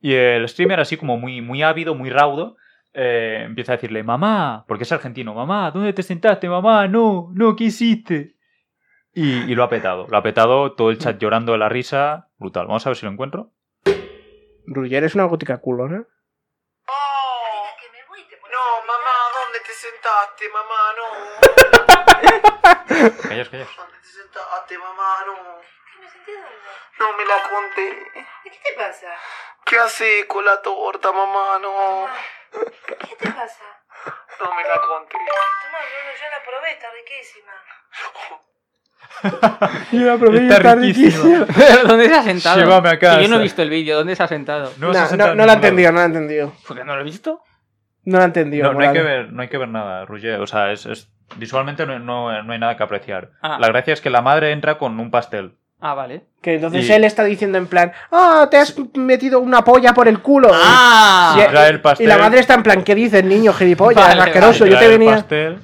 S5: Y el streamer, así como muy, muy ávido, muy raudo, eh, empieza a decirle, mamá, porque es argentino, mamá, ¿dónde te sentaste, mamá? No, no, ¿qué hiciste? Y, y lo ha petado, lo ha petado, todo el chat llorando de la risa, brutal. Vamos a ver si lo encuentro.
S3: Ruller es una gótica culona.
S7: Oh, No, mamá, ¿dónde te sentaste, mamá? No.
S5: Callas, callas.
S7: ¿Dónde te sentaste, mamá? No.
S8: No senté dónde.
S7: No me la conté.
S8: ¿Y ¿Qué te pasa?
S7: ¿Qué haces con la torta, mamá? No.
S8: ¿Qué te pasa?
S7: No me la conté.
S8: Toma, Bruno, yo la probé, está riquísima.
S5: Está riquísima.
S4: Pero ¿Dónde se ha sentado?
S5: Llévame a
S4: Que yo no
S5: casa.
S4: he visto el vídeo, ¿dónde se ha sentado?
S5: No se ha
S3: No,
S5: sentado
S3: no,
S5: en
S3: no la ha
S5: ningún lado.
S3: entendido, no la ha entendido.
S4: ¿Por qué no lo he visto?
S3: No la ha entendido.
S5: No, no hay que
S3: Morales.
S5: ver, no hay que ver nada, Roger. O sea, es, es- visualmente no, no- no hay nada que apreciar.
S4: Ah.
S5: La gracia es que la madre entra con un pastel
S4: Ah, vale.
S3: Que entonces
S5: Y-
S3: él está diciendo en plan, ah, te has metido una polla por el culo.
S4: ¡Ah!
S3: Y-
S5: Trae el
S3: y
S5: pastel.
S3: la madre está en plan, ¿qué dices, niño gilipollas,
S4: Vale,
S3: asqueroso?
S5: trae
S3: Yo te
S5: el
S3: venía...
S5: pastel.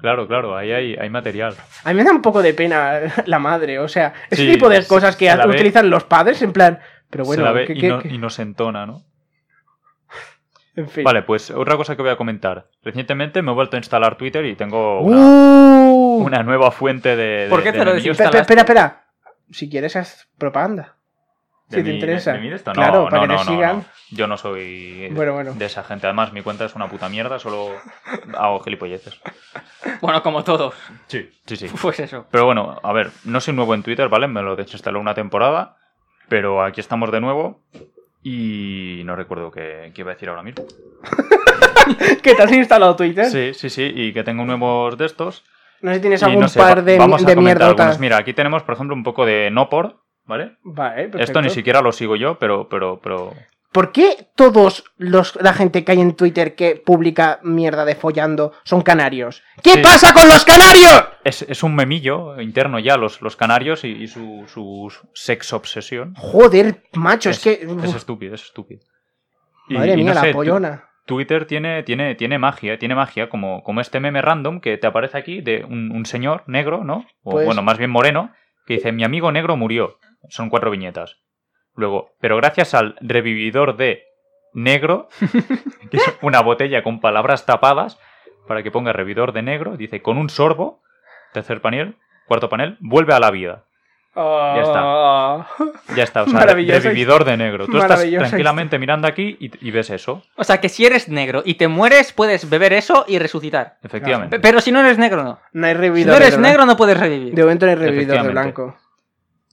S5: Claro, claro, ahí hay, hay material.
S3: A mí me da un poco de pena la madre, o sea, ese
S5: Sí,
S3: tipo de
S5: se-
S3: cosas que
S5: se la ve.
S3: utilizan los padres en plan, pero
S5: Se la
S3: bueno,
S5: ve
S3: ¿qué-
S5: y,
S3: qué-
S5: no-
S3: qué?
S5: y nos entona, ¿no?
S3: en fin.
S5: Vale, pues otra cosa que voy a comentar. Recientemente me he vuelto a instalar Twitter y tengo una,
S3: Uh,
S5: una nueva fuente de. de-
S4: ¿Por qué
S5: de
S4: te lo
S5: enemigos.
S4: desinstalas?
S3: pe- pe- Espera, espera. Si quieres, haz propaganda.
S5: De
S3: si te
S5: mi-
S3: interesa.
S5: de- de mi de esto. No,
S3: Claro,
S5: no,
S3: para que
S5: no,
S3: te
S5: no,
S3: sigan.
S5: no. Yo no soy
S3: Bueno, bueno.
S5: Eh, de esa gente. Además, mi cuenta es una puta mierda, solo hago gilipolleces.
S4: Bueno, como todos.
S5: Sí, sí, sí.
S4: Pues eso.
S5: Pero bueno, a ver, no soy nuevo en Twitter, ¿vale? Me lo desinstalé una temporada, pero aquí estamos de nuevo y no recuerdo qué, qué iba a decir ahora mismo.
S3: ¿Que te has instalado Twitter?
S5: Sí, sí, sí, y que tengo nuevos de estos.
S3: No sé si tienes
S5: y
S3: algún
S5: no sé,
S3: par
S5: va-
S3: de,
S5: vamos a
S3: de
S5: comentar
S3: mierdotas.
S5: algunos. Mira, aquí tenemos, por ejemplo, un poco de no por, ¿vale?
S3: Vale,
S5: Esto
S3: perfecto.
S5: ni siquiera lo sigo yo, pero, pero, pero...
S3: ¿Por qué todos los la gente que hay en Twitter que publica mierda de follando son canarios? ¿Qué
S5: Sí.
S3: pasa con los canarios?
S5: Es, es un memillo interno ya, los, los canarios y, y su, su sex obsesión.
S3: Joder, macho, es,
S5: Es-
S3: que
S5: Es estúpido, es estúpido. Y-
S3: madre
S5: y
S3: mía
S5: no sé,
S3: la
S5: tú-
S3: pollona.
S5: Twitter tiene, tiene, tiene magia, tiene magia, como, como este meme random que te aparece aquí de un, un señor negro, ¿no? O
S3: Pues-
S5: bueno, más bien moreno, que dice, mi amigo negro murió. Son cuatro viñetas. Luego, pero gracias al revividor de negro, que es una botella con palabras tapadas, para que ponga revividor de negro, dice, con un sorbo, tercer panel, cuarto panel, vuelve a la vida. Ya Ah. Ya está, o sea,
S3: Maravillosa
S5: revividor de negro. Tú estás
S3: Maravillosa
S5: tranquilamente mirando aquí y- y ves eso,
S4: O sea, que si eres negro y te mueres, puedes beber eso y resucitar.
S5: efectivamente.
S4: Pe- Pero si no eres negro, no.
S3: No hay
S4: Si
S3: revividor.
S4: no eres
S3: de blanco.
S4: negro, no puedes revivir.
S3: De momento no hay revividor de
S5: Efectivamente.
S3: blanco.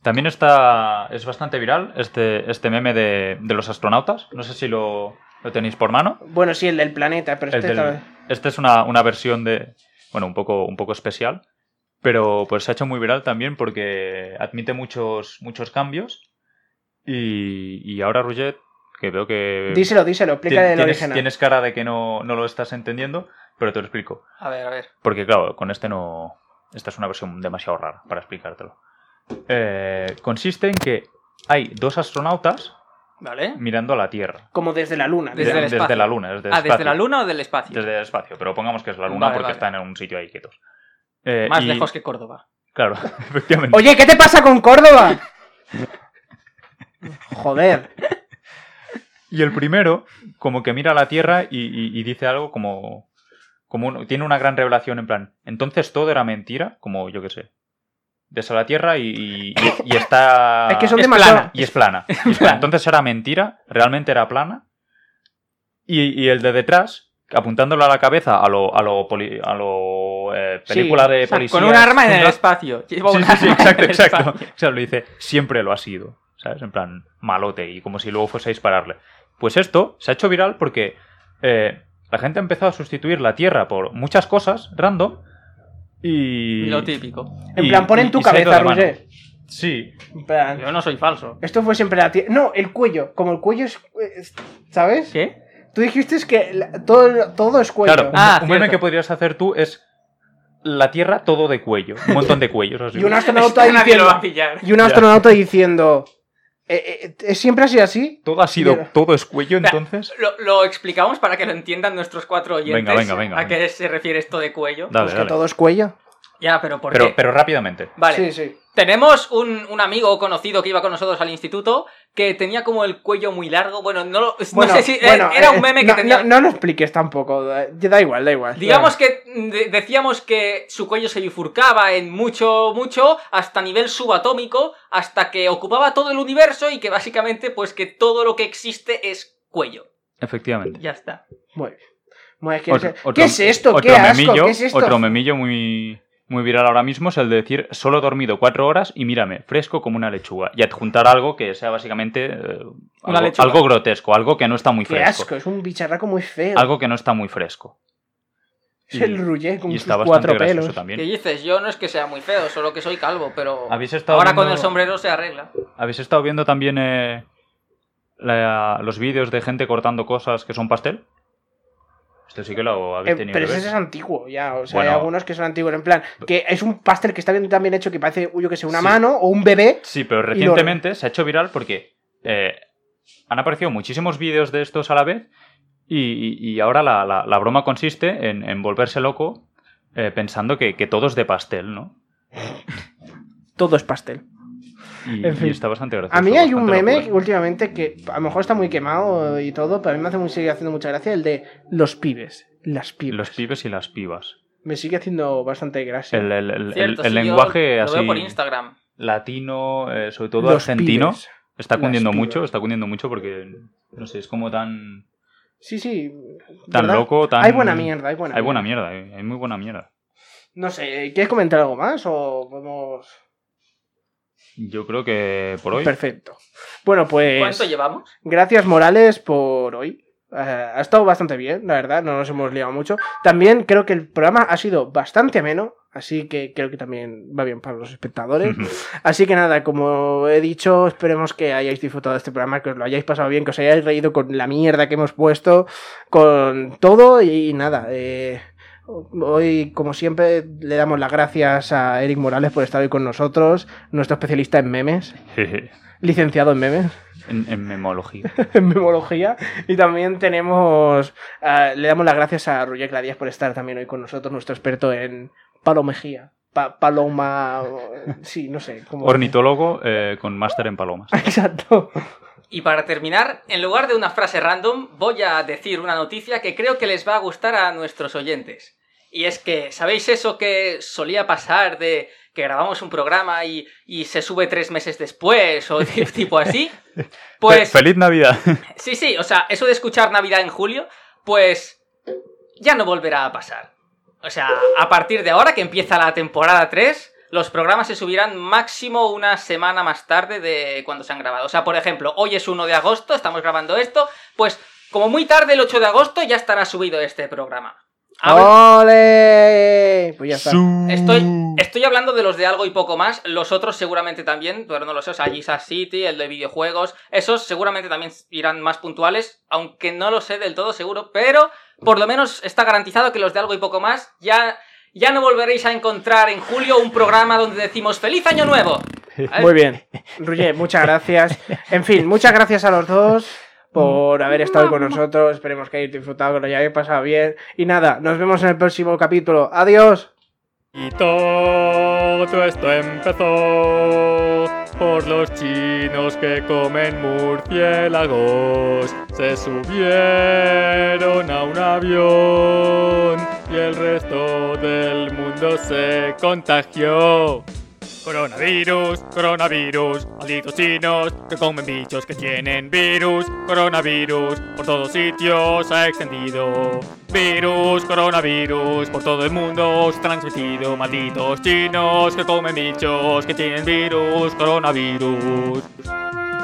S5: También está. es bastante viral este, este meme de, de los astronautas. No sé si lo, lo tenéis por mano.
S3: Bueno, sí, el del planeta, pero
S5: El
S3: este
S5: del-
S3: tal vez-
S5: este es una, una versión de. Bueno, un poco, un poco especial. Pero pues se ha hecho muy viral también porque admite muchos, muchos cambios. Y, y ahora, Ruget, que veo que.
S3: Díselo, díselo, explícale el
S5: eh, tienes,
S3: original.
S5: tienes cara de que no, no lo estás entendiendo, pero te lo explico.
S4: A ver, a ver.
S5: Porque claro, con este no... Esta es una versión demasiado rara para explicártelo. Eh, consiste en que hay dos astronautas
S4: ¿Vale?
S5: mirando a la Tierra.
S3: Como desde la luna.
S4: Desde
S5: De-
S4: el
S3: digamos.
S4: espacio.
S5: la Luna. Desde, el
S4: Ah, ¿desde
S5: espacio.
S4: la luna o del espacio?
S5: Desde el espacio, pero pongamos que es la Luna
S4: Vale,
S5: porque
S4: vale.
S5: están en un sitio ahí quietos. Eh,
S4: Más
S5: y-
S4: lejos que Córdoba.
S5: Claro, efectivamente.
S3: Oye, ¿qué te pasa con Córdoba? Joder.
S5: Y el primero, como que mira a la Tierra y, y- y dice algo como... como un- tiene una gran revelación en plan, entonces todo era mentira, como yo qué sé. Desde la Tierra y, y- y- y está...
S3: es que son
S4: es
S3: demasiado.
S4: plana.
S5: Y Ah, es plana. Y es plana. Entonces era mentira, realmente era plana. Y, y el de detrás, apuntándolo a la cabeza, a lo, a lo, poli- a lo eh,
S3: Sí,
S5: película de
S4: O sea,
S5: policía.
S4: con un arma en el
S5: chunga.
S4: espacio. Lleva
S5: Sí,
S4: un
S5: sí, sí,
S4: arma
S5: exacto,
S4: en el
S5: exacto.
S4: espacio.
S5: O sea, lo dice, siempre lo ha sido. ¿Sabes? En plan, malote, y como si luego fuese a dispararle. Pues esto se ha hecho viral porque eh, la gente ha empezado a sustituir la Tierra por muchas cosas random. Y.
S4: Lo típico.
S3: En
S5: y-
S3: plan, pon en
S5: y-
S3: tu
S5: y se ha ido
S3: cabeza,
S5: de mano.
S3: Roger.
S5: Sí,
S3: En plan,
S4: Yo no soy falso.
S3: Esto fue siempre la tierra. No, el cuello. Como el cuello es. es- ¿Sabes?
S4: ¿Qué?
S3: Tú dijiste es que la- todo, todo es cuello.
S5: Claro, un-
S4: Ah,
S5: un meme
S4: cierto.
S5: que podrías hacer tú es la Tierra todo de cuello, un montón de cuellos. así.
S3: y un astronauta
S4: Esto nadie lo va a
S3: diciendo.
S4: pillar.
S3: Y un astronauta diciendo. "Eh, eh, eh, ¿Siempre ha sido así?
S5: Todo ha sido,
S3: Mira.
S5: todo es cuello, entonces.
S4: Lo, lo explicamos para que lo entiendan nuestros cuatro oyentes.
S5: Venga, venga, venga,
S4: ¿A qué se refiere esto de cuello?
S5: Dale,
S3: Pues que
S5: dale.
S3: todo es cuello.
S4: Ya, pero ¿por
S5: Pero,
S4: qué?
S5: pero rápidamente.
S4: Vale.
S3: Sí, sí.
S4: Tenemos un, un amigo conocido que iba con nosotros al instituto que tenía como el cuello muy largo. Bueno, no, lo-
S3: Bueno,
S4: no sé si eh,
S3: bueno,
S4: era
S3: eh,
S4: un meme que
S3: no,
S4: tenía.
S3: No, no lo expliques tampoco. Da, da igual, da igual.
S4: Digamos que mm, de- decíamos que su cuello se bifurcaba en mucho, mucho, hasta nivel subatómico, hasta que ocupaba todo el universo y que básicamente, pues que todo lo que existe es cuello.
S5: Efectivamente.
S4: Ya está.
S3: Muy bien. Bueno, es que-
S5: Otro-
S3: ¿Qué
S5: otro-
S3: es esto?
S5: Otro
S3: ¿Qué asco?
S5: memillo,
S3: ¿Qué es esto?
S5: Otro memillo muy, muy viral ahora mismo es el de decir solo he dormido cuatro horas y mírame, fresco como una lechuga. Y adjuntar algo que sea básicamente eh,
S4: Una
S5: algo,
S4: lechuga.
S5: algo grotesco, algo que no está muy
S3: Qué
S5: fresco.
S3: asco, es un bicharraco muy feo.
S5: Algo que no está muy fresco.
S3: es el Ruyé con
S5: y
S3: sus
S5: está bastante
S3: cuatro
S5: gracioso
S3: pelos.
S5: también.
S4: ¿Qué dices? Yo no es que sea muy feo, solo que soy calvo, pero
S5: ¿Habéis estado
S4: ahora con
S5: viendo-
S4: el sombrero se arregla.
S5: ¿Habéis estado viendo también eh, la- los vídeos de gente cortando cosas que son pastel? Esto sí que lo
S3: Eh,
S5: habéis tenido
S3: pero
S5: que
S3: ese
S5: ver.
S3: es antiguo, ya. O sea,
S5: Bueno.
S3: hay algunos que son antiguos. En plan, que es un pastel que está bien también hecho que parece, uy, yo que sé, una
S5: Sí.
S3: mano o un bebé.
S5: Sí, pero
S3: lo-
S5: recientemente se ha hecho viral porque eh, han aparecido muchísimos vídeos de estos a la vez y, y- y ahora la, la- la broma consiste en, en volverse loco eh, pensando que, que todo es de pastel, ¿no?
S3: Todo es pastel.
S5: Y,
S3: En fin.
S5: y está bastante gracioso.
S3: A mí hay un
S5: bastante
S3: meme
S5: locura.
S3: últimamente que a lo mejor está muy quemado y todo, pero a mí me hace muy, sigue haciendo mucha gracia el de los pibes. Las pibes.
S5: ¿eh? Los pibes y las pibas.
S3: Me sigue haciendo bastante gracia.
S5: El, eh, el- el-
S4: Cierto,
S5: el
S4: sí, yo
S5: lenguaje
S4: lo
S5: así
S4: veo por Instagram.
S5: latino, eh, sobre todo
S3: Los
S5: argentino,
S3: pibes.
S5: está
S3: Las
S5: cundiendo
S3: pibas.
S5: mucho, está cundiendo mucho porque, no sé, es como tan,
S3: Sí, sí.
S5: tan
S3: ¿verdad?
S5: loco, tan...
S3: Hay buena mierda, hay buena
S5: Hay buena mierda, eh, hay, hay muy buena mierda.
S3: No sé, ¿quieres comentar algo más o podemos...?
S5: Yo creo que por hoy...
S3: Perfecto. Bueno, pues...
S4: ¿Cuánto llevamos?
S3: Gracias, Morales, por hoy. Eh, ha estado bastante bien, la verdad, no nos hemos liado mucho. También creo que el programa ha sido bastante ameno, así que creo que también va bien para los espectadores. Así que nada, como he dicho, esperemos que hayáis disfrutado de este programa, que os lo hayáis pasado bien, que os hayáis reído con la mierda que hemos puesto, con todo y nada. eh, hoy, como siempre, le damos las gracias a Eric Morales por estar hoy con nosotros, nuestro especialista en memes,
S5: en,
S3: licenciado en memes
S5: en memología.
S3: en memología. Y también tenemos. ah, le damos las gracias a Roger Cladías por estar también hoy con nosotros, nuestro experto en palomejía. Pa- paloma. Sí, no sé. cómo-
S5: Ornitólogo eh, con máster en palomas.
S3: Exacto.
S4: Y para terminar, en lugar de una frase random, voy a decir una noticia que creo que les va a gustar a nuestros oyentes. Y es que, ¿sabéis eso que solía pasar de que grabamos un programa y, y se sube tres meses después o de- tipo así? Pues
S5: Fe- ¡Feliz Navidad!
S4: sí, sí, o sea, eso de escuchar Navidad en julio, pues ya no volverá a pasar. O sea, a partir de ahora que empieza la temporada 3, los programas se subirán máximo una semana más tarde de cuando se han grabado. O sea, por ejemplo, hoy es 1 de agosto, estamos grabando esto, pues como muy tarde el 8 de agosto ya estará subido este programa. Hablo-
S3: ¡Ole! Pues ya está.
S5: Su-
S4: Estoy, estoy hablando de los de algo y poco más. Los otros seguramente también, pero no lo sé. O sea, Giza City, el de videojuegos. Esos seguramente también irán más puntuales, aunque no lo sé del todo seguro. Pero por lo menos está garantizado que los de algo y poco más ya, ya no volveréis a encontrar en julio un programa donde decimos ¡Feliz Año Nuevo! A ver,
S3: Muy bien. Roger, muchas gracias. En fin, muchas gracias a los dos por haber estado hoy con nosotros. Esperemos que hayáis disfrutado, que lo hayáis pasado bien. Y nada, nos vemos en el próximo capítulo. Adiós.
S1: Y todo esto empezó por los chinos que comen murciélagos. Se subieron a un avión y el resto del mundo se contagió. Coronavirus, coronavirus, malditos chinos que comen bichos que tienen virus. Coronavirus, por todos sitios se ha extendido. Virus, coronavirus, por todo el mundo se ha transmitido. Malditos chinos que comen bichos que tienen virus. Coronavirus.